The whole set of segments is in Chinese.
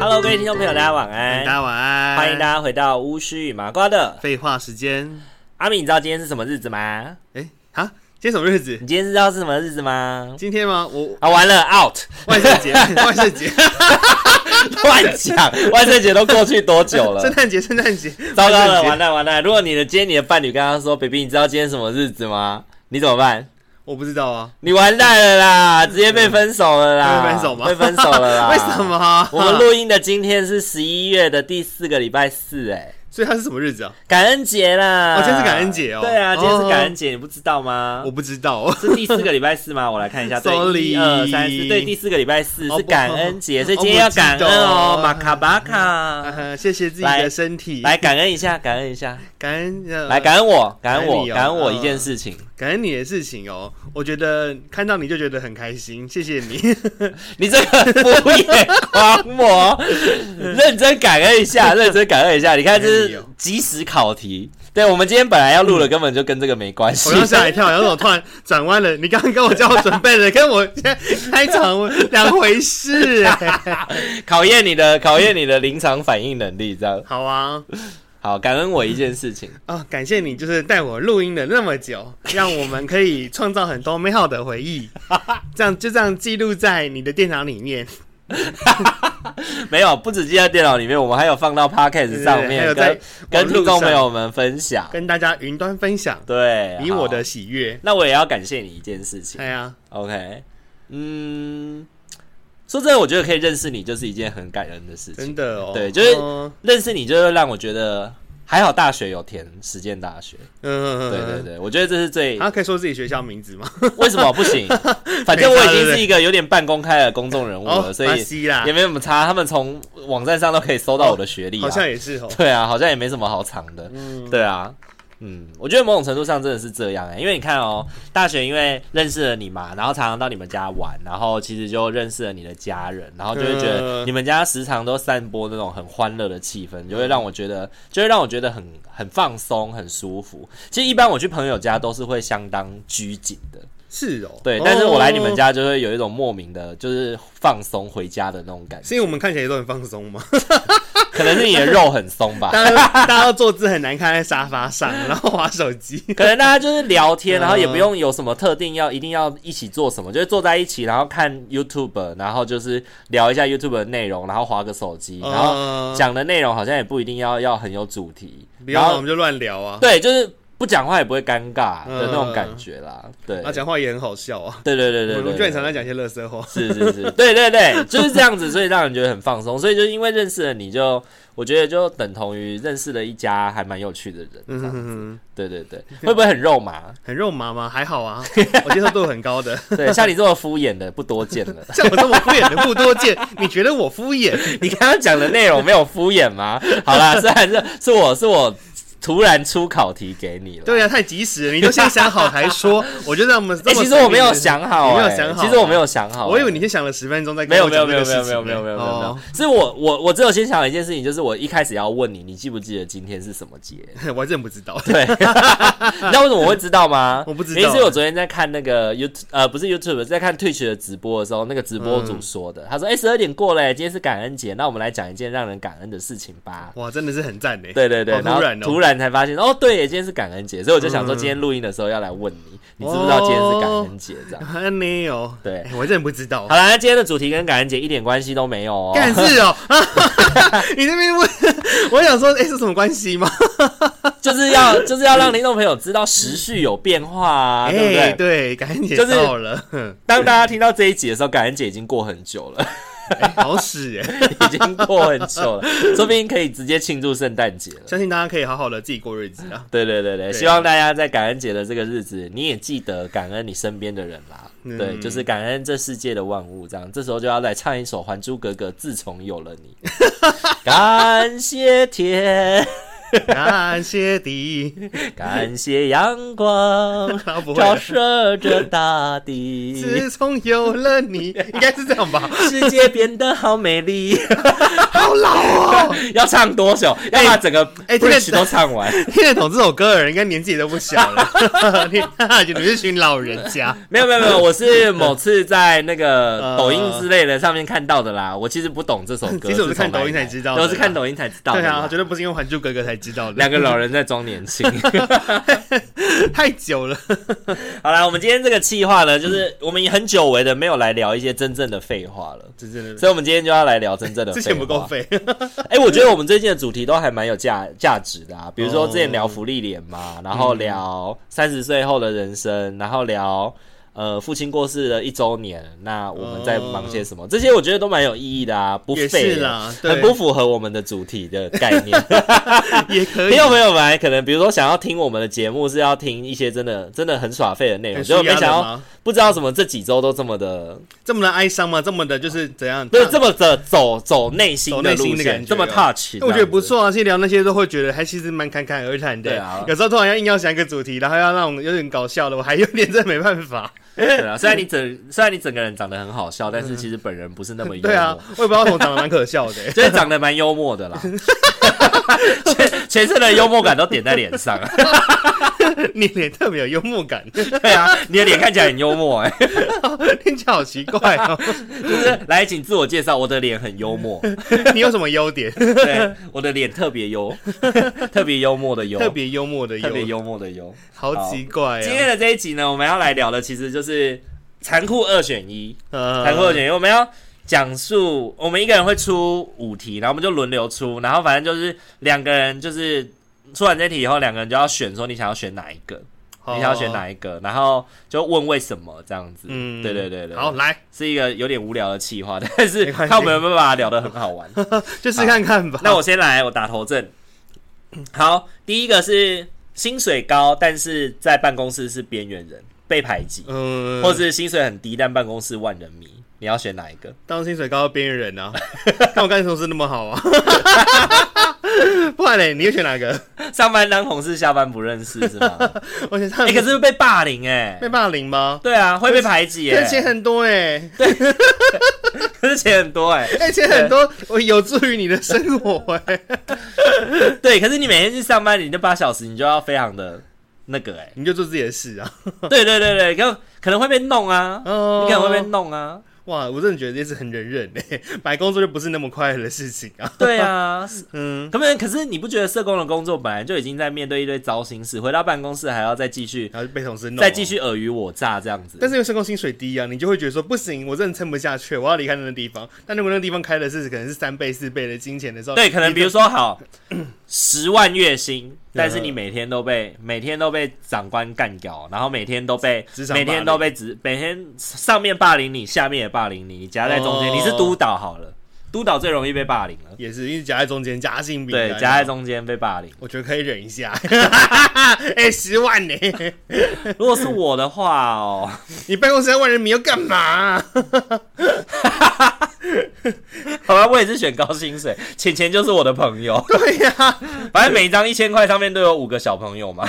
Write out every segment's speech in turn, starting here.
Hello，各位听众朋友，大家晚安，大家晚嗯安，欢迎大。家回到巫师与麻瓜的。废话时间，阿敏，你知道今天是什么日子吗？哎、啊，今天什么日子你？今天知道是什么日子吗？今天吗？我啊，完了，out， 万圣节，万圣节，乱讲，万圣节都过去多久了圣？诞节，圣诞节，糟糕万了，圣节完蛋完蛋！如果你的今天你的伴侣刚刚说，baby，你知道今天什么日子吗？你怎么办？我不知道啊，你完蛋了啦，直接被分手了啦，会分手吗？啊被分手了啦！ 为什？么？啊我们，录音的今天是十一月的第四个礼拜四，哎， 所以它是什么日子啊？感恩节啦！哦今天是感恩节哦对啊，哦今天是感恩节，你不知道吗我？不知道 哦。是第四个礼拜四吗？我来看一下，对， Sorry 一二三四，对，第四个礼拜四哦是不感恩节，哦所以今天要感恩哦，我记得马卡巴啊卡，哈谢谢自己来的身体，来感恩一下，感恩一下，感恩，呃来感恩我，感恩我，感恩你哦感恩我嗯一件事情。感恩你的事情哦。我觉得看到你就觉得很开心，谢谢你。你这个敷衍 狂魔，认真感恩一下，认真感恩一下。你看，这是即时考题。对，我们今天本来要录的，根本就跟这个没关系嗯我。刚吓一跳，然后我突然转弯了。你刚刚跟我叫我准备的，跟我现在开场两 回事、哎 考验你的，考验你的临场反应能力，这样。好啊，好，感恩我一件事情。 啊，感谢你就是带我录音了那么久，让我们可以创造很多美好的 回忆。这样就这样记录在你的电脑里面，没有，不止记在电脑里面，我们还有放到 podcast 上对还面，有在跟跟网络听众上朋友们分享。跟大家云端分享对，你我的好。喜悦。那我也要感谢你一件事情哎。呀， OK，嗯，说真的，我觉得可以认识你，就是一件很感人的事情真。的哦，对就是嗯认识你，就是让我觉得还好，大学有填实践大学。嗯，啊对对对，我觉得这是最他、可以说自己学校名字吗？为什么不 行？反正我已经对对是一个有点半公开的公众人物了， 哦，所巴以西啦也，没什么差。他们从网站上都可以搜到我的学历、啊好像也是哦。 对啊，好像也没什么好藏的。嗯，对啊，嗯，我觉得某种程度上真的是这样哎、因为你看哦，大学因为认识了你嘛，然后常常到你们家玩，然后其实就认识了你的家人，然后就会觉得呃你们家时常都散播那种很欢乐的气氛，就会让我觉得，就会让我觉得很很放松、很舒服。其实一般我去朋友家都是会相当拘谨的，是哦。对，但是我来你们哦，家就会有一种莫名的，就是放松回家的那种感觉，是因为我们看起来都很放松吗？可能是你的肉很松 吧。大家大家都坐姿很难看在沙发上，然后划手机。可能大家就是聊天，嗯然后也不用有什么特定要一定要一起做什么，就是坐在一起，然后看 YouTube，然后就是聊一下 YouTube 的内容，然后划个手机，然后嗯讲的内容好像也不一定要要很有主题，不然要，我后们就乱聊啊。对，就是不讲话也不会尴尬的那种嗯感觉啦，对，啊，讲话也很好笑啊。对对对对我对们居然对常对。常讲一些乐色话。是是是，对对对，就是这样子，所以让人觉得很放松。所以就因为认识了你就，我觉得就等同于认识了一家还蛮有趣的人。这嗯哼样哼哼，对对对，会不会很肉麻？很肉麻吗？还好啊，我接受度很高的。 对，像你这么敷衍的不多见了。像我这么敷衍的不多见，你觉得我敷衍？你刚刚讲的内容没有敷衍吗？好啦，虽然是是我是我突然出考题给你了。对啊，太及时了，你都先想好才说。我觉得我们这欸，么其实我没有想好、欸，你没有想好其实我没有想好欸、我以为你先想了十分钟再没跟有我没有讲没这有个没事有情。没有没有没有没有没有哦，是我我我只有先想了一件事情，就是我一开始要问你，你记不记得今天是什么节？我还真不知道。 对，你知道为什么我会知道吗？我不知道原因是我昨天在看那个 YouTube，呃，不是 YouTube，在看 Twitch 的直播的时候，那个直播主说嗯的，他说：“哎、1十二点过了，今天是感恩节，那我们来讲一件让人感恩的事情吧。”哇，真的是很赞呢。对对对，嗯好突然哦嗯然后突然才发现，哦，对耶，今天是感恩节，所以我就想说，今天录音的时候要来问你，你知不知道今天是感恩节？这样。还没有，对哎我真的不知道 好。啦，那今天的主题跟感恩节一点关系都没有哦。干 事哦，你那边问， 我想说，哎、是什么关系吗？就是要就是要让听众朋友知道时序有变化啊， 哎、对不对？对，感恩节就是到 了，哼当大家听到这一集的时候，感恩节已经过很久了，哎好使哎！已经过很久了，说不定可以直接庆祝圣诞节了。相信大家可以好好的自己过日子 啊。对对对对，对希望大家在感恩节的这个日子，你也记得感恩你身边的人啦。嗯对，就是感恩这世界的万物，这样。这时候就要来唱一首《还珠格格》，自从有了你， 感谢天，感谢地，感谢阳光， 啊不会照了，射着大地，自从有了 你，应该是这样吧？世界变得好美丽。 好老哦， 要唱多久？要把整个哎 bridge 这个都唱完？听得懂这首歌的人，应该年纪也都不小 了。你你们是群老人家，没有没有没有，我是某次在那个 呃抖音之类的上面看到的啦。我其实不懂这首歌， 其实我是看从哪里抖音才来知道对的我是看抖音才知道的对啦。啊，绝对不是因为《还珠格格》才知道两的，个老人在装年 轻。太久了。好啦，我们今天这个气话呢，就是我们也很久违的没有来聊一些真正的废话了。真正的，所以，我们今天就要来聊真正的之废话。前不够费，哎、我觉得我们最近的主题都还蛮有价价值的啊，比如说哦嗯之前聊福利脸嘛，然后聊三十岁后的人生，然后聊呃父亲过世的一周年，那我们在忙些什么？这些我觉得都蛮有意义的啊，不哦也废是的啦，很对，不符合我们的主题的概 念。也可听以。众朋友们，可能比如说想要听我们的节目，是要听一些真的真的很耍废的内容，很结果没舒压想的到吗？不知道怎么这几周都这么的这么的哀伤吗？这么的就是怎样？不是这么的走走内心走的内路心的线，感觉这么哦 touch，我觉得这样子不错啊，其实聊那些都会觉得还其实蛮侃侃而谈的。对啊有时候突然要硬要想一个主题，然后要那种有点搞笑的，我还有点真的没办 法。对啊，虽然你整虽然你整个人长得很好笑，但是其实本人不是那么幽默，嗯对啊，我也不知道为什么长得蛮可笑 的、就是长得蛮幽默的 啦，全全身的幽默感都点在脸 上。你脸特别有幽默感，对啊，你的脸看起来很幽默哎、听起来好奇怪哦。 就是来，请自我介绍，我的脸很幽默，你有什么优点？对，我的脸特别幽， 特别幽默的幽，特别幽默的特别幽，幽默的幽。好奇怪今天啊！的这一集呢，我们要来聊的其实就是残酷二选一，呃残酷二选一，我们要讲述，我们一个人会出五题，然后我们就轮流出，然后反正就是两个人就是出完这题以后，两个人就要选说你想要选哪一个，你想要选一？哪一个，然后就问为什么这样子。嗯对对对对，好，，来是一个有点无聊的企划，但是没关系看我们有没有把它聊得很好玩。就试看看吧。那我先来，我打头阵。好，第一个是薪水高，但是在办公室是边缘人，被排挤，嗯，或是薪水很低，但办公室万人迷。你要选哪一个？当薪水高的边缘人 啊，看我干什么事那么好啊？ 不然嘞，你又选哪个？上班当同事，下班不认识是吗？ 我选上哎、可是被霸凌哎、被霸凌吗？对啊，会被排挤 耶、但钱很多哎、欸，可是钱很多哎、但钱很多，我有助于你的生活哎、 对，可是你每天去上班，你那八小时，你就要非常的那个哎、你就做自己的事啊。对对对对，可可能会被弄啊，哦你可能会被弄啊，哇，我真的觉得这是很忍忍哎、欸，买工作就不是那么快乐的事情啊。对啊， 嗯，可不可是你不觉得社工的工作本来就已经在面对一堆糟心事，回到办公室还要再继续、然后就被同事弄、啊再继。续尔虞我诈这样子？但是因为社工薪水低啊，你就会觉得说不行，我真的撑不下去，我要离开那个地方。但如果那个地方开的是可能是三倍、四倍的金钱的时候，对，可能你比如说 好十万月薪，但是嗯你每天都被每天都被长官干掉，然后每天都被职场霸每凌天都被职每天上面霸凌你，下面也霸凌你，你夹在中间，哦你是督导好了，督导最容易被霸凌了，也是因为夹在中间夹性饼，啊对，夹在，中间被霸 凌。我觉得可以忍一下。 哎、十万呢、如果是我的话哦，你办公室要万人迷要干嘛啊、好吧，我也是选高薪水，浅浅就是我的朋友，对呀、反正每一张一千块上面都有五个小朋友嘛。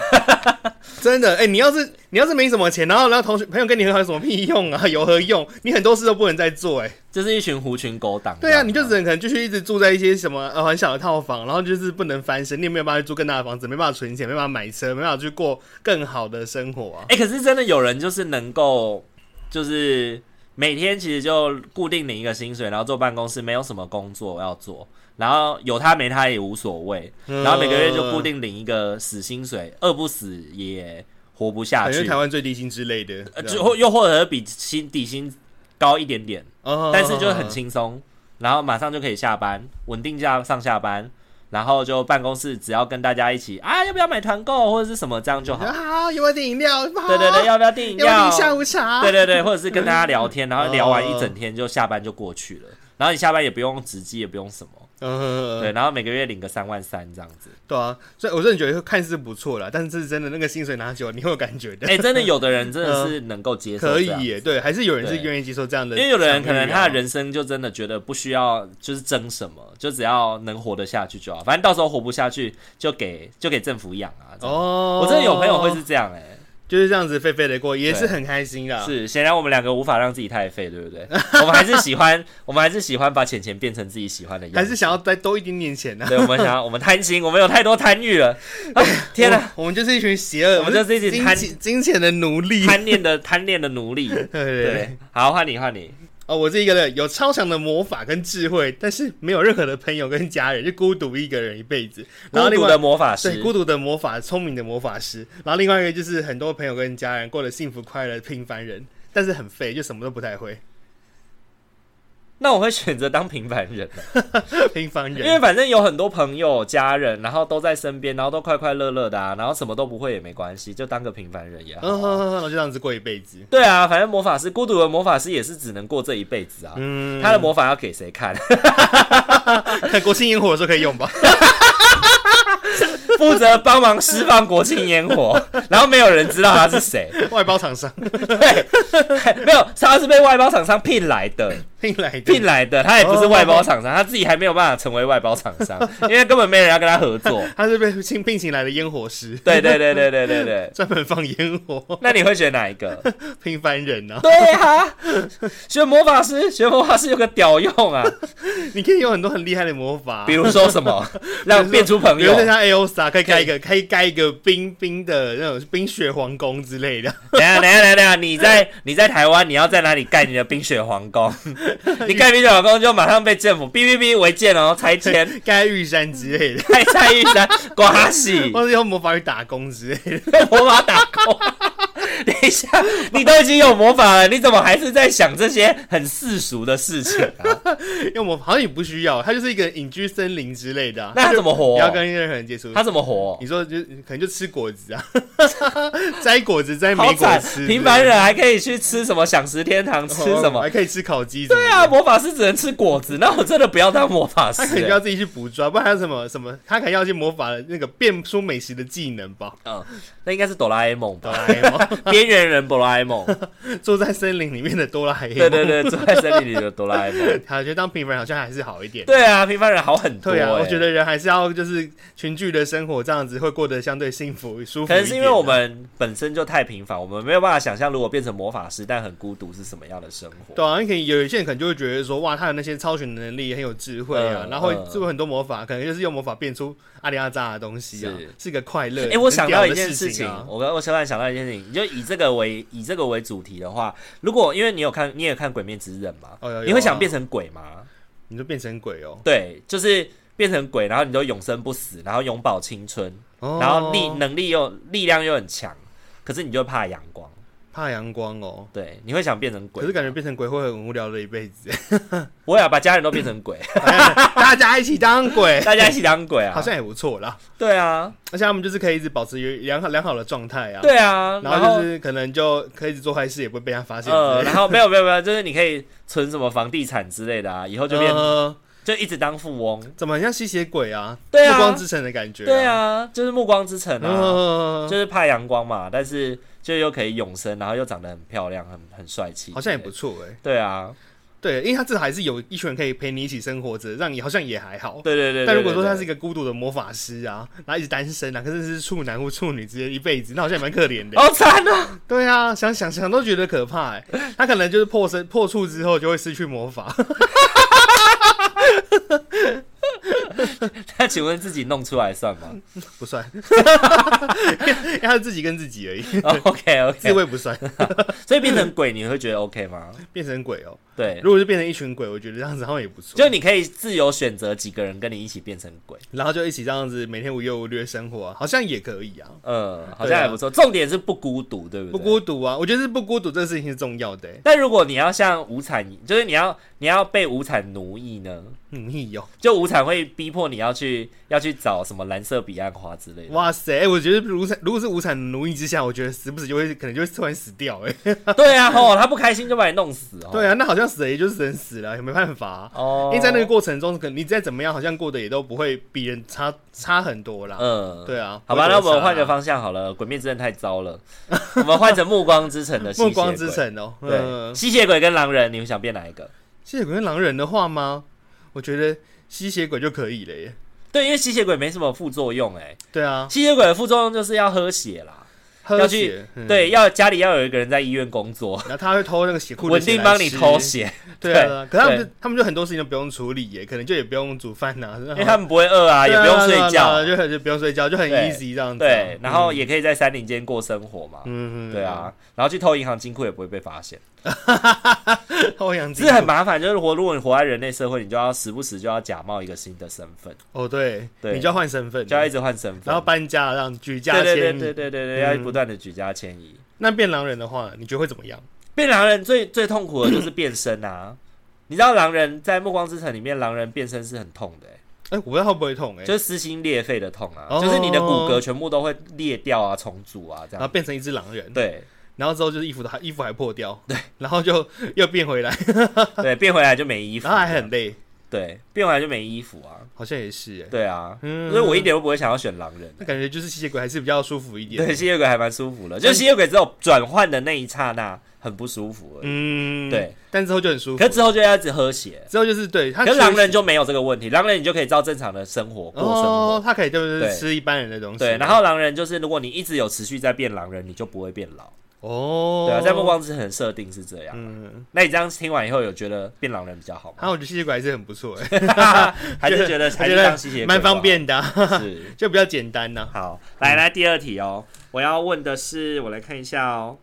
真的，哎、你要是你要是没什么钱，然后然后同学朋友跟你很好有什么屁用啊？ 有何用？你很多事都不能再做、哎，就是一群狐群狗党。对啊，你就知只道吗能可能就是一直住在一些什么呃很小的套房，然后就是不能翻身，你也没有办法去住更大的房子，没办法存钱，没办法买车，没办法去过更好的生活啊。哎、可是真的有人就是能够，就是每天其实就固定领一个薪水，然后坐办公室，没有什么工作要做，然后有他没他也无所谓，然后每个月就固定领一个死薪水，饿不死也活不下反正去台，湾最低薪之类的，啊呃，这就样或又或者比薪底薪高一点点，哦但是就是很轻松，然后马上就可以下班，稳定下上下班，然后就办公室只要跟大家一起啊，要不要买团购或者是什么这样就好。啊好，有没有点饮料？对对对，，要不要订饮有没有料？点下午茶？对对对，或者是跟大家聊 天，然后聊完哦一整天就下班就过去了，然后你下班也不用值机，也不用什么，嗯，对，然后每个月领个三万三这样子。对啊，所以我真的觉得看似不错啦，但是真的那个薪水拿久，你会有感觉的。哎，真的有的人真的是能够接受，可以，耶，对，还是有人是对愿意接受这样的因奖为誉啊，有的人可能他的人生就真的觉得不需要就是争什么，就只要能活得下去就好，反正到时候活不下去就给就给政府养啊。哦，哦，我真的有朋友会是这样哎，就是这样子飞飞的过，也对是很开心的。是显然我们两个无法让自己太废，对不对？我们还是喜欢，我们还是喜欢把钱钱变成自己喜欢的样子，还是想要再多一点点钱呢、对，我们想 要，我们贪心，我们有太多贪欲了。啊天哪、我我们就是一群邪恶，我们就是一群金贪钱金钱的奴隶。贪恋的贪恋的奴隶。 对 对对对，好，换你，换你。哦，我是一个人有超强的魔法跟智慧，但是没有任何的朋友跟家人，就孤独一个人一辈子。然孤后另独外的魔法师对，孤独的魔法，聪明的魔法师。然后另外一个就是很多朋友跟家人过得幸福快乐的平凡人，但是很废，就什么都不太会。那我会选择当平凡人，啊平凡因为人，反正有很多朋友、家人，然后都在身边，然后都快快乐乐的啊，然后什么都不会也没关系，就当个平凡人也好嗯，啊。然后就这样子过一辈子。对啊，反正魔法师孤独的魔法师也是只能过这一辈子啊。嗯，他的魔法要给谁看？ 国庆烟火的时候可以用吧？负责帮忙释放国庆烟火，然后没有人知道他是谁。外包厂商对， 没有，他是被外包厂商聘来 的，聘来的，聘来的，他也不是外包厂商，他自己还没有办法成为外包厂 商，因为根本没人要跟他合 作。他是被聘聘请来的烟火师，对对对对对对对，专门放烟火， 那你会选哪一个？平凡人呢、啊？ 对啊，学魔法师，学魔法师有个屌用 啊，你可以有很多很厉害的魔法、啊比如说什么，让变出朋比如友说。像 A O S 啊，可以盖一个，可以盖一个冰冰的那种冰雪皇宫之类的， 等一下等一下等一下，你在你在台湾，你要在哪里盖你的冰雪皇 宫？你盖冰雪皇宫就马上被政府哔哔哔违建哦，拆 迁，盖玉山之类的，盖蔡玉山，刮洗。或者用魔法去打工之类的。 被魔法打工。等一下，你都已经有魔法了，你怎么还是在想这些很世俗的事情 啊？用魔法好像也不需要，他就是一个隐居森林之类的、啊，那他怎么活不要跟任何人接触。他怎么 活？你说就可能就吃果子啊， 摘果子摘好莓果惨吃，，平凡人还可以去吃什么享食天堂，吃什哦哎么还？可以吃烤鸡。对啊，，魔法师只能吃果子，那我真的不要当魔法师他可能就欸。要自己去捕捉，不然还有什么什么，他可能要去魔法那个变出美食的技能吧。嗯，那应该是哆啦 A 梦哆 吧？啦 A 梦 边缘人哆啦 A 梦，哎坐在森林里面的哆啦 A 梦，对对对，坐在森林里的哆啦 A 梦。他觉得当平凡人好像还是好一点。对啊，平凡人好很多欸。对啊，我觉得人还是要就是群居的生活，这样子会过得相对幸福舒服一可点啊。能是因为我们本身就太平凡，我们没有办法想象如果变成魔法师但很孤独是什么样的生活。对啊，你可能有一些人可能就会觉得说，哇，他有那些超群的能力，很有智慧啊，嗯然后会嗯做很多魔法，可能就是用魔法变出阿里阿扎的东西啊是，是一个快乐。哎、我想到一件事事情，哦啊，我刚我突然想到一件事情，你就以这个为以这个为主题的话，如果因为你有看你也看《鬼灭之刃》嘛，哦有有你会想啊变成鬼吗？你就变成鬼哦，对，就是变成鬼，然后你就永生不死，然后永葆青春，哦然后力能力又力量又很强，可是你就怕阳光，怕阳光哦。对，你会想变成鬼哦可吗。是感觉变成鬼会很无聊的一辈子， 我也要把家人都变成鬼，大家一起当鬼， 大家一起当鬼啊哎好！像也不错啦。对啊，而且他们就是可以一直保持良好良好的状态啊，对啊，然后就是可能就可以一直做坏事，也不会被他发现之类的。呃，然后没有没有没有，就是你可以存什么房地产之类的啊，以后就变、呃就一直当富翁。怎么很像吸血鬼啊？对啊暮光之城的感觉、对，啊，就是暮光之城啊，嗯、就是怕阳光嘛，但是就又可以永生，然后又长得很漂亮，很很帅气，好像也不。错哎、对啊，对，因为他至少还是有一群人可以陪你一起生活着，让你好像也还好。对对对对但如果说对他是一对个孤独的魔法师啊，然后一直单身啊，可是是处男或处女之间一辈子，那好像也蛮可怜 的。好惨哦，对啊，想想想都觉得可怕哎、他可能就是破身破处之后就会失去魔法，那请问自己弄出来 算吗 不算，要自己跟自己而已， ？OK 自 OK，慰不算，哦所以变成鬼你会觉得 OK 吗？变成鬼哦。对，如果是变成一群鬼，我觉得这样子好像也不错。就你可以自由选择几个人跟你一起变成鬼。然后就一起这样子，每天无忧无虑的生活、好像也可以啊，嗯，好对像啊还不错。重点是不孤独，对不不对？孤独啊。我觉得是不孤独这事情是重要的、欸。但如果你要像无产，就是你要你要被无产奴役呢？嗯，你有就无产会逼迫你要去要去找什么蓝色彼岸花之类的。哇塞、欸我觉得如果如果是无产奴役之下，我觉得时不时就会可能就会突然死掉、欸。哎，对啊，吼，他不开心就把你弄死哦。对啊，那好像死了也就是只能死了，也没办法啊、哦，因为在那个过程中，可能你再怎么样，好像过得也都不会比人差差很多啦。嗯，对啊好吧，我觉那得我们差啊换个方向好了，《鬼灭之刃》太糟 了，我们换成《暮光之城》的吸血暮鬼光之。城哦、对，嗯，吸血鬼跟狼人，你们想变哪一个？吸血鬼跟狼人的话吗？我觉得吸血鬼就可以了耶。对，因为吸血鬼没什么副作用，哎，对啊，吸血鬼的副作用就是要喝血啦，喝要去血，嗯，对，要家里要有一个人在医院工作，然后他会偷那个血库的稳血定来帮你吃偷 血，对啊，可对他们就他们就很多事情都不用处理耶，可能就也不用煮饭啊呐、因为他们不会饿啊，也不用睡对啊觉对啊，就很就不用睡觉，就很对 easy 这样子啊、对，然后也可以在山林间过生活嘛，嗯，嗯对， 啊，然后去偷银行金库也不会被发现，欧阳只是很麻烦，就是活，如果你活在人类社会，你就要时不时就要假冒一个新的身份，哦，对，对你就要换身份，就要一直换身份，然后搬家，让举家对迁移。嗯对对对对对对，要不断的举家迁移。那变狼人的话，你觉得会怎么样？变狼人最最痛苦的就是 变身啊！你知道狼人在《暮光之城》里面，狼人变身是很痛的、欸哎、我不知道会不会痛哎、就是撕心裂肺的痛啊，哦就是你的骨骼全部都会裂掉啊、重组啊这然后样。变成一只狼人，，对然后之后就是衣服都还衣服还破掉，对， 然后就又变回来，对，啊变回来就没衣服，然后还很累，对，变回来就没衣服啊，好像也是哎、对啊，嗯所以我一点都不会想要选狼人。欸那感觉就是吸血鬼还是比较舒服一点，对，吸血鬼还蛮舒服的，就吸血鬼只有转换的那一刹那很不舒服而已。嗯，对，但之后就很舒服可。之后就要一直喝血，之后就是对他可确狼实人就没有这个问题，狼人你就可以照正常的生活过生活。哦，他可以就对是吃一般人的东西。对，然后狼人就是，如果你一直有持续在变狼人，你就不会变老。哦，对啊，在暮光之城的设定是这样。嗯，那你这样听完以后，有觉得变狼人比较好 然后我觉得吸血鬼还是很不错，哎，吗？ 还是觉得我还 是觉得当吸血鬼蛮方吧？便的啊， 是，就比较简单啊呐。好，来来第二题哦。我要问的是，我来看一下哦。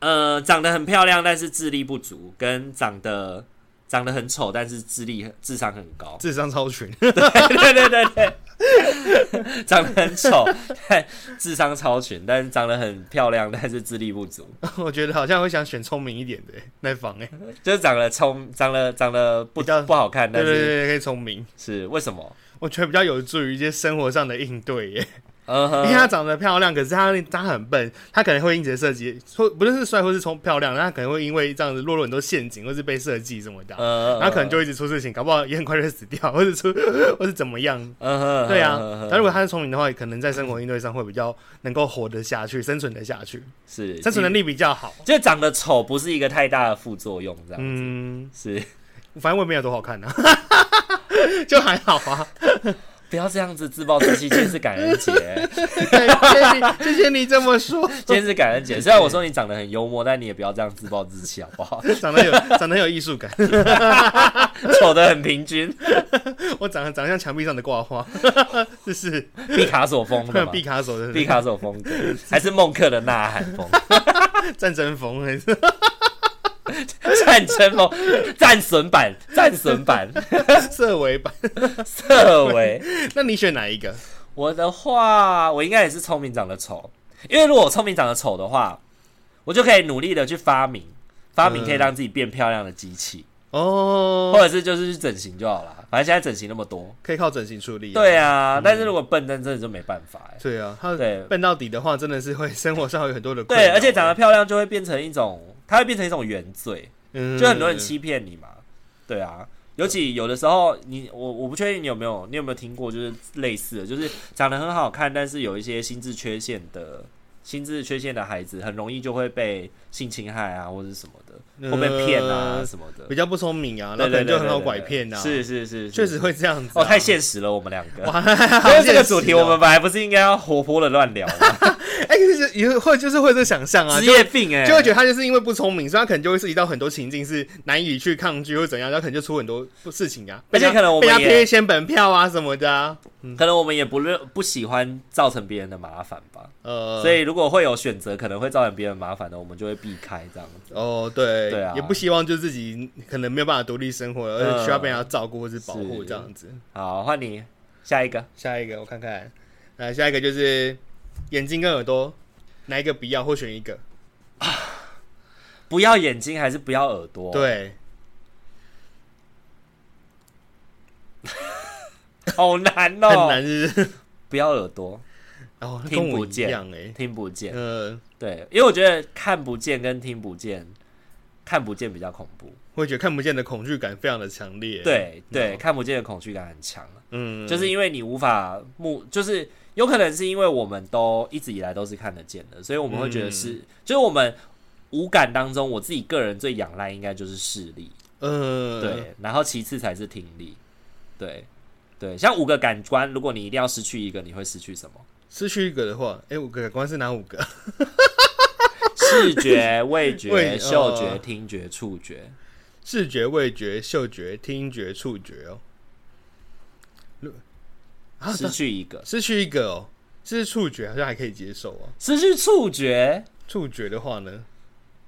呃，长得很漂亮，但是智力不足，跟长得长得很丑，但是智力智商很 高。智商超群，对对对对， 长得很丑，但智商超群，但是长得很漂亮，但是智力不足，我觉得好像会想选聪明一点的哎那方哎，就是长得聪，长得长得不比较不好看，但对对是对，对可以聪明，是为什么？我觉得比较有助于一些生活上的应对耶。嗯因为她哼，长得漂亮，可是她她很笨，她可能会因此设计，或不论是帅或是聪漂亮，她可能会因为这样子落入很多陷阱，或是被设计什么的啊。呃然后可能就一直出事情，搞不好也很快就死掉，或者出 或是怎么样。嗯哼，对啊嗯哼，但如果他是聪明的话，可能在生活应对上会比较能够活得下去、生存得下去，是生存能力比较好。就长得丑不是一个太大的副作用，这样、嗯，是 反正我也没有多好看啊，就还好啊。不要这样子自暴自弃。今天是感恩节， 对谢谢你，谢谢你这么说，今天是感恩节。虽然我说你长得很幽默，但你也不要这样自暴自弃，好不好？ 长得有长得很有艺术感，丑的很平均，我长得长得像墙壁上的挂画，这是毕卡索风的嘛。 毕卡索的毕卡索风格，还是孟克的呐喊风、 战争风，还是战争风、战损版、战损版、 色违版？色违。那你选哪一个？我的话，我应该也是聪明长得丑，因为如果我聪明长得丑的话，我就可以努力的去发明，发明可以嗯让自己变漂亮的机器，或哦，者是就是去整形就好了。反正现在整形那么多，可以靠整形处理。对啊。嗯但是如果笨蛋，真的就没办法哎、对啊，他对笨到底的话，真的是会生活上有很多的困对，扰欸而且长得漂亮就会变成一种，它会变成一种原罪。嗯就很多人欺骗你嘛。对啊，尤其有的时候你我我不确定你有没有你有没有听过，就是类似的，就是长得很好看，但是有一些心智缺陷的心智缺陷的孩子，很容易就会被性侵害啊，或者是什么的，会被骗啊呃什么的比。较不聪明啊，对那可对能对，就很好对对拐骗啊。是是是，是确实会这样子、啊。哦，太现实了，我们两个。哇， 因因为这个主题，我们本来不是应该要活泼的乱聊吗？哎，就是也会就是会有这个想 象啊，职就业病哎、就会觉得他就是因为不聪明，所以他可能就会涉及到很多情境是难以去抗拒或怎样，他可能就出很多事情啊，而且被他可能我们被他也贴先本票啊什么的啊，嗯可能我们也不认不喜欢造成别人的麻烦吧。呃，所以如果会有选择，可能会造成别人麻烦的，我们就会避开这样子。哦对，对啊嗯也不希望就自己可能没有办法独立生活，而且需要被人家照顾或是保护是这样子。好，换你下一个。下一个我看看，那下一个就是眼睛跟耳朵，哪一个不要或选一个？不要眼睛还是不要耳朵？，对，好难哦、很难是不是， 不要耳朵，然后听跟不我一见样哎，听不见。呃，对，因为我觉得看不见跟听不见，看不见比较恐怖。会觉得看不见的恐惧感非常的强烈。，对对，看不见的恐惧感很强，啊嗯，就是因为你无法目，就是有可能是因为我们都一直以来都是看得见的，所以我们会觉得是，嗯就是我们五感当中，我自己个人最仰赖应该就是视力，呃，对，然后其次才是听力，对对，像五个感官，如果你一定要失去一个，你会失去什 么？失去一个的话，哎，五个感官是哪五个？ 视觉、味觉、味嗅觉、呃听觉、触觉。视觉、味觉、嗅觉、听觉、触觉哦。如啊，失去一个，失去一个哦，是触觉好像还可以接受哦。失去触觉触觉的话呢，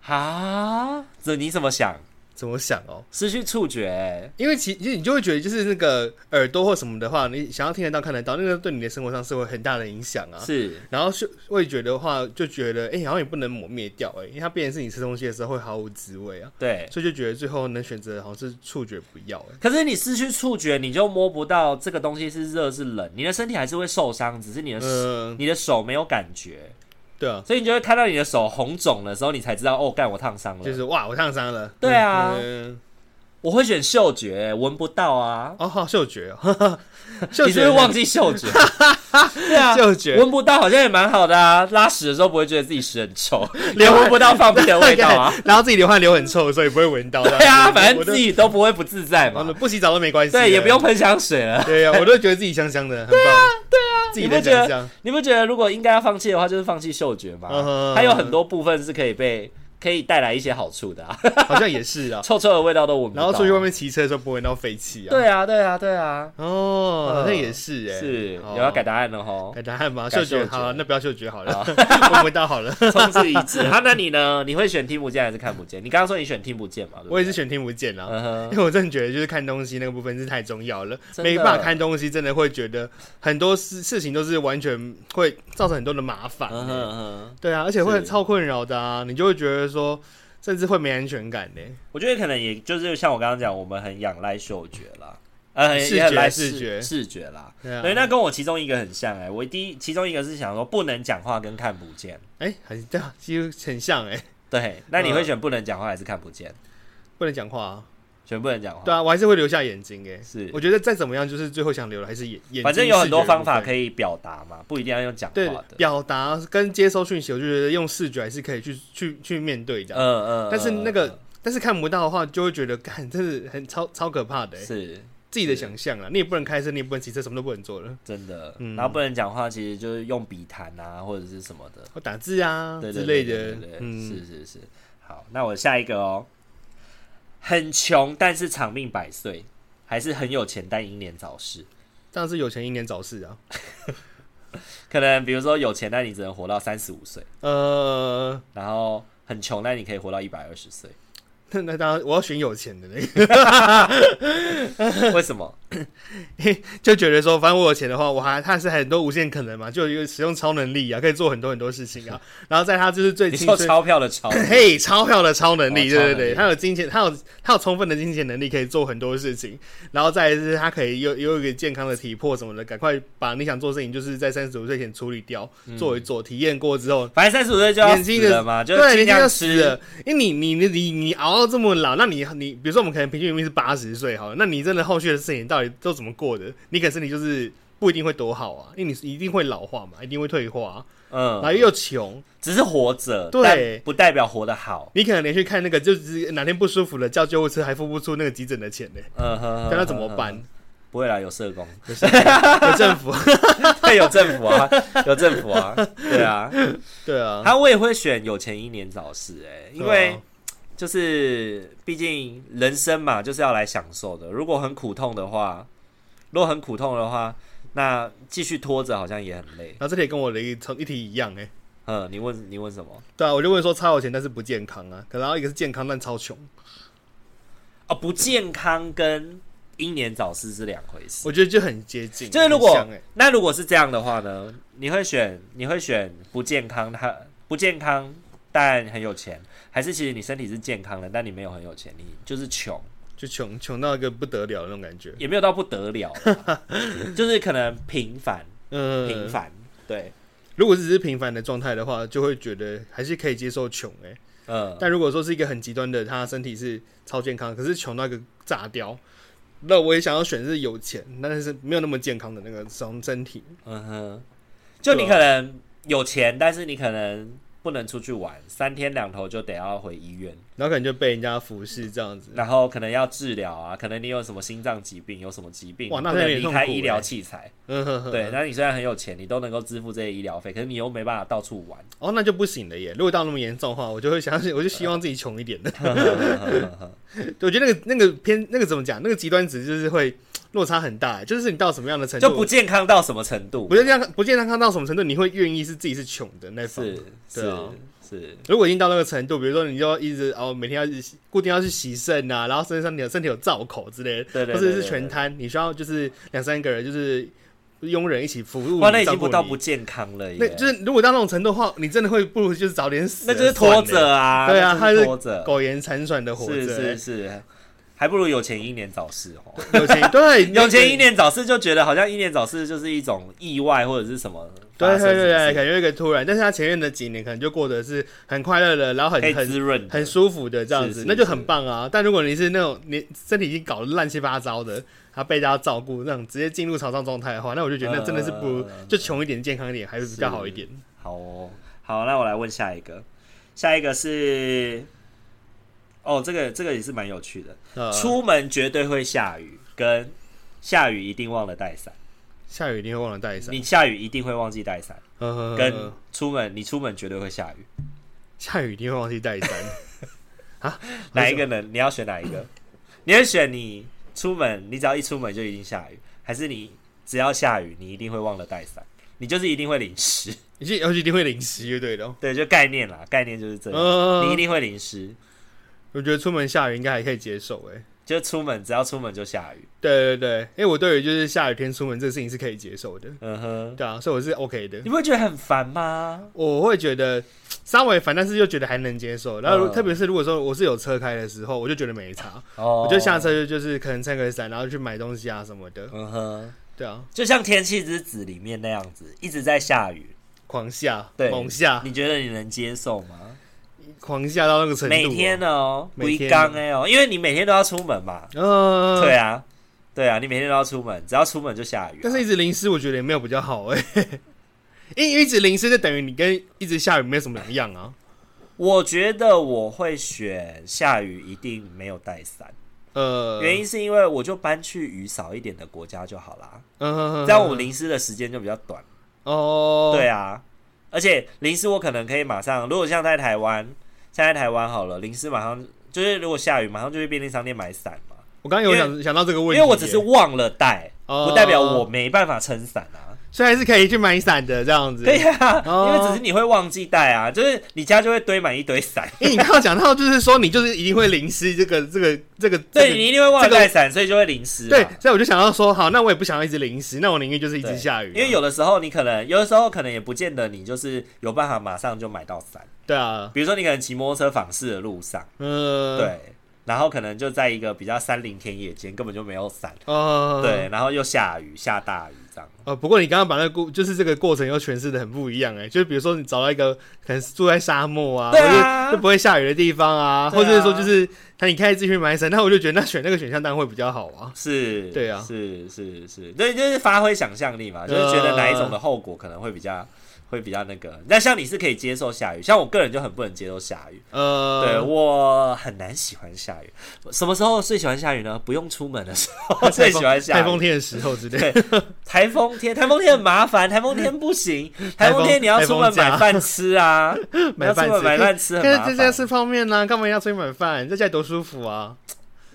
啊？这你怎么想？怎么想哦？失去触觉，因为其其实你就会觉得，就是那个耳朵或什么的话，你想要听得到、看得到，那个对你的生活上是会很大的影响啊。是然后嗅味觉的话，就觉得哎、诶好像也不能抹灭掉哎、诶因为它变成是你吃东西的时候会毫无滋味啊，对。所以就觉得最后能选择的好像是触觉不要哎、诶可是你失去触觉，你就摸不到这个东西是热是冷，你的身体还是会受伤，只是你的、嗯，你的手没有感觉，对啊，所以你就会看到你的手红肿的时候，你才知道哦，干我烫伤了。就是哇，我烫伤了。对啊嗯，我会选嗅觉，闻不到啊。哦，好，嗅觉 哦，嗅你是觉不是忘记嗅 觉？对啊，嗅觉闻不到好像也蛮好的啊。拉屎的时候不会觉得自己屎很 臭，连闻不到放屁的味道啊。然后自己流汗流很臭，所以不会闻到。对啊，反我正都自己都不会不自在我都嘛。 不洗澡都没关系，啊对，也不用。喷香水了。对啊，我都觉得自己香香的，很棒。对啊，自己你不的觉香得香。你不觉得如果应该要放弃的话，就是放弃嗅觉吗嗯哼？它有很多部分是可以被可以带来一些好处的啊， 好像也是啊。臭臭的味道都闻不然到。后出去外面骑车的时候不会闻到废气啊。，对啊，对啊，对啊，哦，好像也是哎。是好有要改答案了 吼改，答案吗？改嗅嗅觉觉好，那不要嗅觉 好好了，闻不到好了。 冲刺一致。好，那你呢？你会选听不见还是看不见？你刚刚说你选听不见嘛？对不对我也是。选听不见啊。嗯哼 因，为我真的觉得，就是看东西那个部分是太重要了，真的没办法看东西，真的会觉得很多事事情都是完全会造成很多的麻烦、欸嗯哼嗯哼。对啊，而且会很是超困扰的啊，你就会觉得说，甚至会没安全感呢、欸我觉得可能也就是像我刚刚讲，我们很仰赖嗅觉啦，呃，视也很觉赖视觉视觉啦。对啊，对，那跟我其中一个很像哎、我第一其中一个是想说不能讲话跟看不见。哎、很对啊，几乎很像哎、对，那你嗯会选不能讲话还是看不见？不能讲话、啊。选不能讲话。对啊，我还是会留下眼睛哎、是我觉得再怎么样，就是最后想留的还是眼啊眼睛。反正有很多方法以可以表达嘛，不一定要用讲话对的。表达跟接收讯息，我就觉得用视觉还是可以去去去面对的啊、嗯嗯。但是那嗯个。但是看不到的话，就会觉得干，真是很超超可怕嗯的、欸，是自己的是想象啊，你也不能开车，你也不能骑车，什么都不能做了，真的，嗯然后不能讲话，其实就是用笔谈啊，或者是什么的。或打字啊对之对类对的对对对，嗯，是是是。好，那我下一个哦，很穷但是长命百岁，还是很有钱但英年早逝。当然是有钱英年早逝啊。可能比如说有钱，但你只能活到三十五岁，呃，然后很穷，但你可以活到一百二十岁。 那那当然我要选有钱的那个，为什么？ 就觉得说，反正我有钱的话，我还他是很多无限可能嘛，就有一个使用超能力啊，可以做很多很多事情啊。然后在他就是最你青说春。，钞票的钞 嘿，钞票的超能力，哦对对超能力对，他有金钱，他有他有充分的金钱能力，可以做很多事情。然后再来是，他可以有有一个健康的体魄什么的，赶快把你想做的事情，就是在三十五岁前处理掉，做一做，体验过之后，反正三十五嗯岁就要年轻死的了嘛，就对，尽年轻量就死吃了。因为你你你你你熬到这么老，那你你比如说我们可能平均寿命是八十岁好了，那你真的后续的事情到底都怎么过的？你可身体就是不一定会多好啊，因为你一定会老化嘛，一定会退化啊、然后嗯，又穷，只是活着，对但不代表活得好。你可能连续看那个就是哪天不舒服了叫救护车还付不出那个急诊的钱呢、嗯哼，那那怎么嗯？办？不会啦，有社工。有政府， 对，有政府 啊，有政府啊，对啊，对啊，他我也会选有钱英年早逝，哎，因对为啊就是毕竟人生嘛，就是要来享受的。如果很苦痛的话，如果很苦痛的话，那继续拖着好像也很累。然后这里跟我的一从一题一样哎、嗯，你问你问什么？对啊，我就问说超有钱但是不健康啊，可然后一个是健康但超穷，哦，不健康跟英年早逝是两回事。我觉得就很接近，就是如果很像哎那如果是这样的话呢？你会选你会选不健康，他不健康但很有钱，还是其实你身体是健康的，但你没有很有钱，你就是穷，就穷穷到一个不得了的那种感觉，也没有到不得了 啦，就是可能平凡嗯，平凡，对，如果只是平凡的状态的话，就会觉得还是可以接受穷哎、嗯，但如果说是一个很极端的，他身体是超健康，可是穷到一个炸掉，那我也想要选是有钱，但是没有那么健康的那个种身体。嗯哼，就你可能有钱，但是你可能不能出去玩，三天两头就得要回医院，然后可能就被人家服侍这样子，然后可能要治疗啊，可能你有什么心脏疾病，有什么疾病，哇那不能有点离痛开苦医欸疗器材。嗯哼哼，对，那你虽然很有钱，你都能够支付这些医疗费，可是你又没办法到处玩。哦，那就不行了耶。如果到那么严重的话，我就会相信，我就希望自己穷一 点的。我觉得那个那个偏那个怎么讲，那个极端值就是会落差很大，就是你到什么样的程度，就不健康到什么程度不？健康不健康到什么程度，你会愿意是自己是穷的那方。是对是啊是，如果已经到那个程度，比如说你就一直哦，每天要去洗固定要去洗肾啊，然后身上你的身体有造口之类的，对对对或者对是对对全瘫，你需要就是两三个人就是佣人一起服务哇，你，那已经照顾不到你不健康了耶，那就是如果到那种程度的话，你真的会不如就是早点死那了，就是算拖了着啊，对啊那他就是是拖着，苟延残喘的活 着、是是是，还不如有钱英年早逝哦。有钱 对，有钱英年早逝就觉得好像英年早逝就是一种意外或者啊是什么发对生对对什么对，事感觉一个突然，但是他前面的几年可能就过得是很快乐的，然后可很以滋很润的，很舒服的这样是子是，那就很棒啊。但如果你是那种你身体已经搞得乱七八糟的，他被大家照顾，那种直接进入潮丧状态的话，那我就觉得那真的是不如嗯就穷一点、健康一点，还是比较好一点。好哦，好，那我来问下一个，下一个是，哦，这个这个也是蛮有趣的，呃，出门绝对会下雨，跟下雨一定忘了带伞，下雨一定会忘了带伞，你下雨一定会忘记带伞，呃跟出门你出门绝对会下雨，下雨一定会忘记带 伞。啊哪一个呢？你要选哪一 个？你会选你出门，你只要一出门就一定下雨，还是你只要下雨你一定会忘了带伞？你就是一定会淋湿， 你是尤其一定会淋湿，就对了。对，就概念啦，概念就是这样，嗯你一定会淋湿，我觉得出门下雨应该还可以接受、欸，哎，就出门只要出门就下雨，对对对，因为我对于就是下雨天出门这个事情是可以接受的，嗯哼。对啊，所以我是 OK 的你。不会觉得很烦吗？我会觉得稍微烦，但是又觉得还能接受。然后如、嗯特别是如果说我是有车开的时候，我就觉得没差，哦我就下，车就就是可能撑个伞，然后去买东西啊什么的。嗯哼，对啊，就像《天气之子》里面那样子，一直在下雨，狂下，对猛下，你觉得你能接受吗？狂下到那个程度、每天，哦，不每一天缸哎哦，因为你每天都要出门嘛，嗯、对。啊，对啊，你每天都要出门，只要出门就下雨啊、但是一直淋湿，我觉得也没有比较好哎、 因为一直淋湿就等于你跟一直下雨没有什么两样啊。我觉得我会选下雨一定没有带伞，呃，原因是因为我就搬去雨少一点的国家就好啦，嗯，嗯这样我淋湿的时间就比较短。哦，对啊，而且临时我可能可以马上，如果像在台湾，现在台湾好了，临时马上就是如果下雨，马上就去便利商店买伞嘛，我刚刚有因想想到这个因问题耶，为我只是忘了带，哦不代表我没办法撑伞啊。所以还是可以去买伞的这样子。对啊，因哦为只是你会忘记带啊，就是你家就会堆满一堆 伞，因为你刚刚讲到，就是说你就是一定会淋湿这个这个这个，对这个你一定会忘了这个带伞，所以就会淋湿嘛。对，所以我就想到说，好，那我也不想要一直淋湿，那我宁愿就是一对直下雨啊、因为有的时候你可能，有的时候可能也不见得你就是有办法马上就买到伞，对啊，比如说你可能骑摩托车访视的路上，嗯，，对，然后可能就在一个比较山林田野间，根本就没有伞，哦，对，然后又下雨，下大雨这样。哦，不过你刚刚把那个故，就是这个过程又诠释的很不一样哎、就是比如说你找到一个可能是住在沙漠啊，对啊或者就不会下雨的地方啊，对啊或者是说就是那你开始自己去买伞，那我就觉得那选那个选项当然会比较好啊。是，对啊是是是，对，就是发挥想象力嘛，就是觉得哪一种的后果可能会比较会比较那个。但像你是可以接受下雨，像我个人就很不能接受下雨，呃，对我很难喜欢下雨。什么时候最喜欢下雨呢？不用出门的时候最 台喜风欢下台风雨。天的时候之 类。对，台风天，台风天很麻烦，台风天不行，台 台风风天你要出门台风假买饭吃啊，买饭要出门吃买饭吃很现在麻 在家烦。吃泡面啦、干嘛要出去买饭？在家里多舒服啊！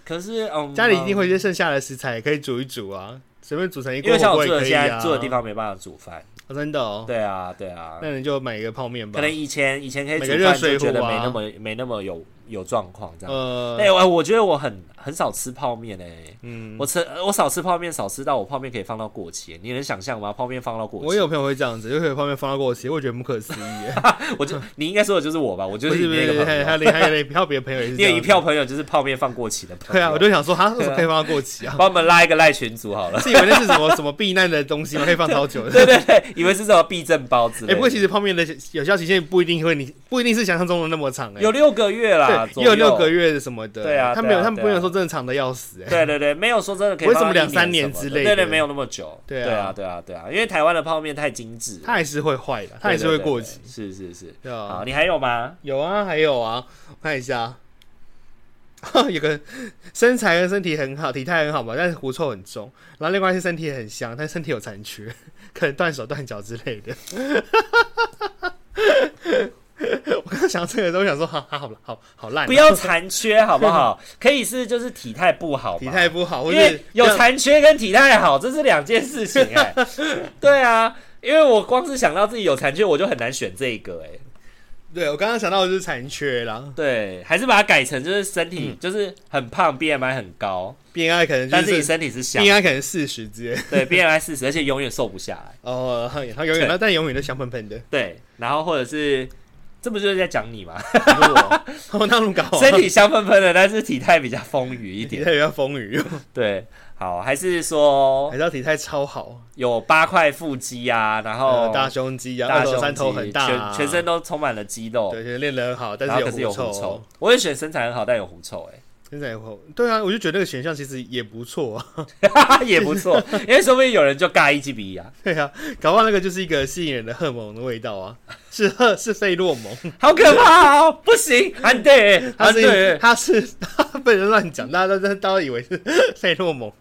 可是，嗯，家里一定会有一些剩下的食材，可以煮一煮啊，随便煮成一因锅为像火我锅住也的可以现啊。在住的地方没办法煮饭。哦真的哦，对啊，对啊，那你就买一个泡面吧。可能以前以前可以煮买个热饭就水觉得壶没啊那么没那么有有状况这样。呃，哎、我我觉得我很很少吃泡面哎、嗯，我吃呃我少吃泡面，少吃到我泡面可以放到过期，你能想象吗？泡面放到过期，我有朋友会这样子，就可以泡面放到过期，我觉得不可思议 耶。我 就你应该说的就是我吧，我就不是是你不那个是，朋还还友，有另还有一票别的朋友也是你这有样。一票朋友就是泡面放过期的朋友，对啊，我就 想说，哈，为对什啊么可以放到过期啊？帮我们拉一个赖群组好了，是以为那是什么什么避难的东西吗？可以放超久 的。对对对，以为是什么避震包之类哎、的，不过其实泡面的有效期限不一定会你不一定是想象中的那么长哎、有六个月啦，对，也有左右六个，月什么的。对啊他没有，对啊他们不对啊能说真的长的要死哎、对对对，没有说真的可以为放什么到一两三年年什之么类对对，的没有那么久，对啊对啊对啊对啊，因为台湾的泡面太精致了，它还是会坏的，它还是对会对对过期。对是是是，对啊好，你还有吗？有啊，还有啊，我看一下， 有个身材跟身体很好，体态很好嘛，但是狐臭很重。然后另外是身体也很香，但身体有残缺， 可能断手断脚之类的。 我刚想到这个时候，我想说，哈哈，好了，好好烂啊、不要残缺好不好？可以是就是体态不好嘛，体态不好，或因为是有让残缺跟体态好，这是两件事情 哎、对啊，因为我光是想到自己有残缺，我就很难选这个哎、对我刚刚想到的就是残缺啦对，还是把它改成就是身体、就是很胖，BMI 很高， ，BMI 可能但嗯是就你是身体是小， BMI 可能四十之类的，对 BMI 四十，而且永远瘦不下来。 哦，他永远对他但永远都香喷喷的，对，然后或者是。这不就是在讲你吗？你说我我 那么搞啊， 身体香喷喷的，但是体态比较丰腴一体点。态比较丰腴，对，好，还是说还是要体态超好。有八块腹肌啊，然后呃，大胸肌啊，大二胸头肌三头很大啊、全全身都充满了肌肉，对，全身练得很好，但然后可是是有有狐狐臭，哦臭。我也选身材很好但有狐臭、哎身材有狐对啊，我就觉得那个选项其实也不错啊。 哎， 也不错，因为说不定有人就尬一鸡比一啊，对啊，搞不好那个就是一个吸引人的荷尔蒙的味道啊，是荷是费洛 蒙，好可怕哦，不行，安对，它安是对，它是 被人乱讲，大家都大家以为是费洛 蒙，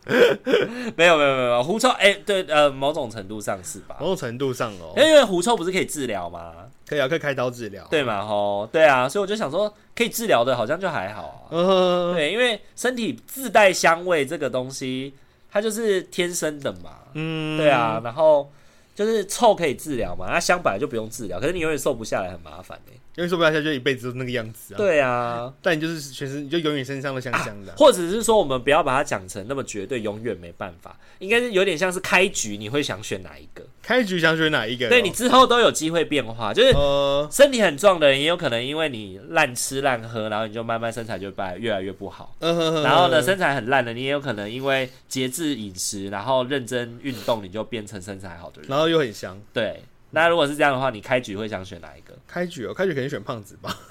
没有没有没有没有狐臭，哎、对，呃，某种程度上是吧？某种程度上哦，因为狐臭不是可以治疗吗？可以啊，可以开刀治疗。，对嘛吼，对啊，所以我就想说，可以治疗的好像就还好啊。呃，对，因为身体自带香味这个东西，它就是天生的嘛。嗯，对啊，，然后就是臭可以治疗嘛，那香本来就不用治疗，可是你永远瘦不下来，很麻烦哎、因为说不要下就一辈子都是那个样子啊。，对啊，但你就是全身，你就永远身上都香香的啊、或者是说我们不要把它讲成那么绝对，永远没办法，应该是有点像是开局，你会想选哪一个？开局想选哪一个、对你，之后都有机会变化，就是。呃， 身体很壮的人，也有可能因为你滥吃滥喝，然后你就慢慢身材就越越来越不好。嗯哼哼然后呢，哼身材很烂的，你也有可能因为节制饮食，然后认真运动，你就变成身材好的人。然后又很香。对，那如果是这样的话，你开局会想选哪一 个？开局哦，开局肯定选胖子吧？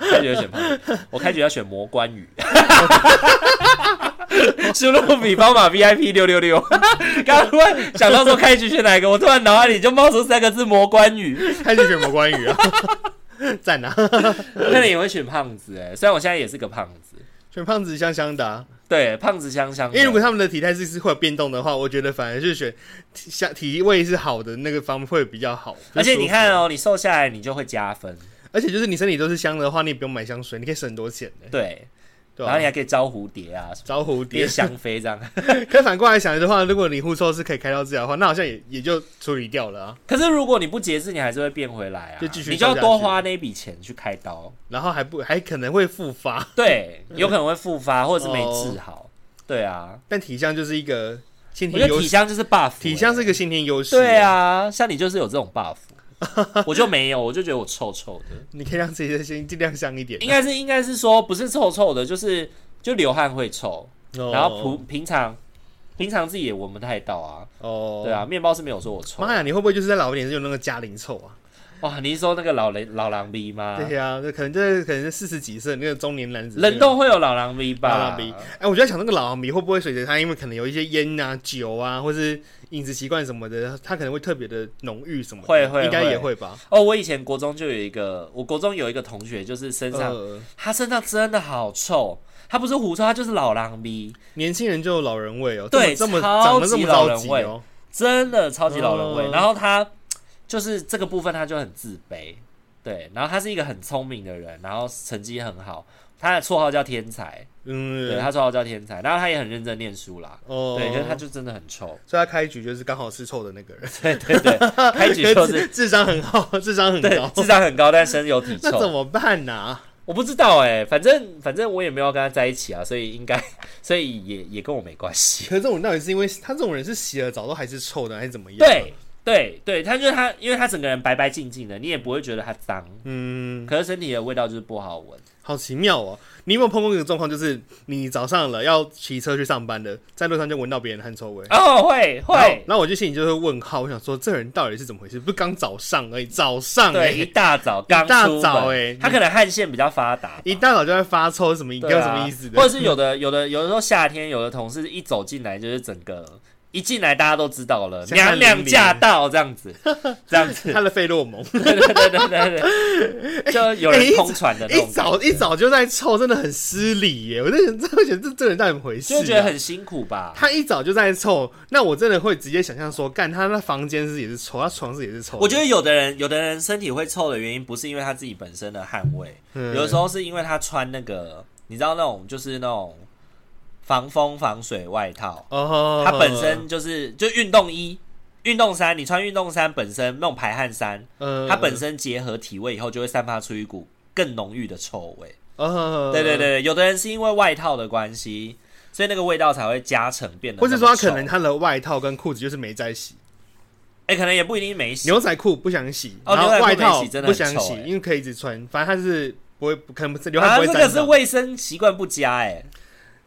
开局要选胖子，我开局要选魔关羽。 输入比方码 VIP 六六 六，刚突然想到说开局选哪一个，我突然脑海里就冒出三个字魔关羽，开局选魔关羽啊， 赞啊！我可能也会选胖子哎、虽然我现在也是个胖子，选胖子香香的、啊，对，胖子香香的，因为如果他们的体态是是会有变动的话，我觉得反而是选体下体位是好的那个方会比较好。而且比较舒服你看，哦，你瘦下来你就会加分，而且就是你身体都是香的话，你也不用买香水，你可以省很多钱呢、对，对啊然后吧、你还可以招蝴蝶啊，什么招蝴蝶蝶，香飞这样。 可反过来想的话，如果你狐臭是可以开刀治疗的话，那好像也也就处理掉了啊。 可是如果你不节制，你还是会变回来啊，就继续你就要瘦下去多花那笔钱去开刀。然后还不还可能会复发，对，嗯有可能会复发，或者是没治好。哦对啊，但体香就是一个先我天觉得优体势，香就是 buff，体香是一欸个先天优势。对，啊，像你就是有这种 buff，我就没有，我就觉得我臭臭 的，你可以让自己的心尽量香一点啊、应该是应该是说不是臭臭的，就是就流汗会臭，哦然后平平常平常自己也闻不太到啊，哦，对啊，面包是没有说我臭，妈呀，你会不会就是在老年就有那个家龄臭啊？哇，你是说那个老雷老狼逼吗？对呀、那可能这可能是四十几岁那个中年男子，啊冷冻会有老狼逼吧？老狼逼。哎、我就在想，那个老狼迷会不会随着他，因为可能有一些烟啊、酒啊，或是饮食习惯什么的，他可能会特别的浓郁什么的，会会应该也会会吧。哦，我以前国中就有一个，我国中有一个同学，就是身上、呃，他身上真的好臭，他不是狐臭，他就是老狼逼，年轻人就有老人味哦，对这么这么超长得这么级老着人急味哦，真的超级老人味。嗯然后他就是这个部分他就很自卑，对，然后他是一个很聪明的人，然后成绩很好，他的绰号叫天才，对嗯，他绰号叫天才，然后他也很认真念书啦，哦，对，就是他就真的很臭， 所以他开局就是刚好是臭的那个人，对对 对，开局就是智智商很好，智商很对高，智商很高，但身有体 那怎臭，么办呢、啊？我不知道哎、反正反正我也没有跟他在一起啊，所以应该 所以也也跟我没关系。可是这种人到底是因为他这种人是洗了澡都还是臭的，还是怎么样？，对对对，他就是他，因为他整个人白白净净的，你也不会觉得他脏，嗯，可是身体的味道就是不好闻。好奇妙哦。你有没有碰过一种状况，就是你早上了要骑车去上班的，在路上就闻到别人汗臭味？哦，会然后会，，然后我就心里就会问号，我想说这人到底是怎么回事？不是刚早上而已，早上哎、对，一大 早刚大出早门欸他可能汗腺比较发达吧，一大早就在发臭，什么你对给我啊什么意思的？或者是有的有的有的时候夏天，有的同事一走进来就是整个。一进来大家都知道了，香汗娘娘淋漓驾到这样子，这样 子， 他的费洛蒙， 对对对对对 对，就有人哎一空传的那一种感觉，早一早就在臭，真的很失礼耶！我就觉得这觉得这这人到底怎么回事、啊？就觉得很辛苦吧。他一早就在臭，那我真的会直接想象说，干他那房间是也是臭，他床是也是臭的。我觉得有的人，有的人身体会臭的原因，不是因为他自己本身的汗味，嗯有的时候是因为他穿那个，你知道那种就是那种防风防水外套，哦，它本身就是就运动衣、运动衫，你穿运动衫本身那种排汗衫，呃它本身结合体味以后，就会散发出一股更浓郁的臭味。呃对对，对，有的人是因为外套的关系，所以那个味道才会加成变得那或么者臭。说他可能他的外套跟裤子就是没在洗，哎、可能也不一定没洗。牛仔裤不想洗，哦然后牛仔外裤没洗套真的不很想臭洗，欸因为可以一直穿，反正他是不会，可能是流啊，汗不会这沾个上。是卫生习惯不佳哎、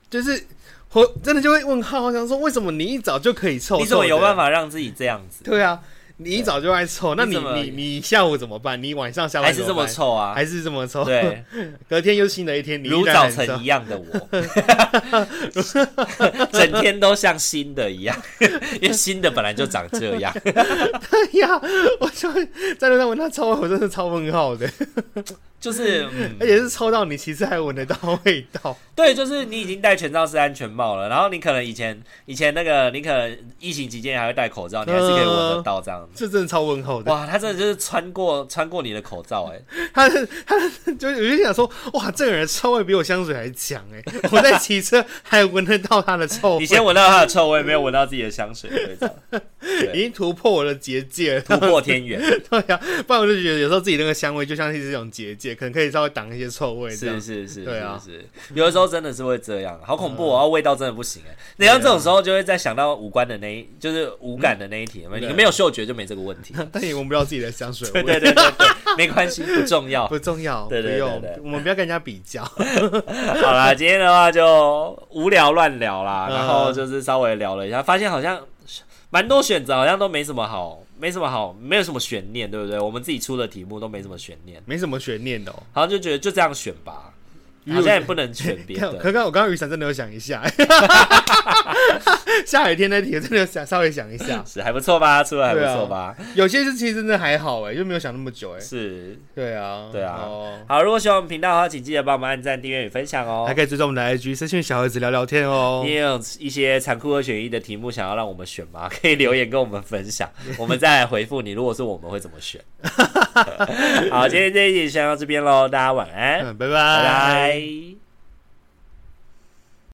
就是我真的就会问号，我想说为什么你一早就可以臭？你怎么有臭的办？法让自己这样子？对啊，你一早就爱臭，那你你怎么你你下午怎么办？你晚上下班还是这么怎臭办，啊？还是这么臭？，对，隔天又新的一天， 你依如然早很晨臭一样的我，整天都像新的一样，因为新的本来就长这样。 哎呀，我就会在路上闻到臭味，我真的超问号的，就是，嗯而且是臭到你其实还闻得到味道。对，就是你已经戴全罩式安全帽了，然后你可能以前以前那个，你可能疫情期间还会戴口罩，你还是可以闻得到这样子。这真的超问候的，哇，他真的就是穿过穿过你的口罩、 欸，哎，他他就有些想说，哇，这个人的臭味比我香水还强哎、我在骑车还闻得到他的臭你味，先闻到他的臭味，没有闻到自己的香水的味道，已经突破我的结界 了。突破天 元。对呀、不然我就觉得有时候自己那个香味就像是一种结界，可能可以稍微挡一些臭味这样是。是是，对啊是是，有的时候真的是会这样，好恐怖哦，味道真的不行哎。你像这种时候，就会在想到五官的那一，就是五感的那一题，有没有对你没有嗅觉就没这个问题。但也闻不到自己的香水味，嗯 对对对对对， 没关系，不重要。不重要，对对对对不对用，我们不要跟人家比较。好 啦，今天的话就无聊乱聊啦，嗯然后就是稍微聊了一下，发现好像蛮多选择，好像都没什么好，没什么好，没有什么悬念，对不对？我们自己出的题目都没什么悬念，没什么悬念的哦。好像就觉得就这样选吧，因为好我像也不能选别看的。 可刚我刚刚雨伞真的有想一下， 下雨天那题真的有想稍微想一下，是还不错吧，出的还不对啊错吧，有些事情真的还好哎，就没有想那么久哎。是对啊，对啊哦，好，如果喜欢我们频道的话，请记得帮我们按赞、订阅与分享哦还。可以追踪我们的 IG，私讯小盒子聊聊天哦你。也有一些残酷二选一的题目想要让我们选吗？ 可以留言跟我们分享，我们再来回复你。如果是我们会怎么选？ 好，今天这一集先到这边喽，大家晚安，嗯，拜拜拜拜。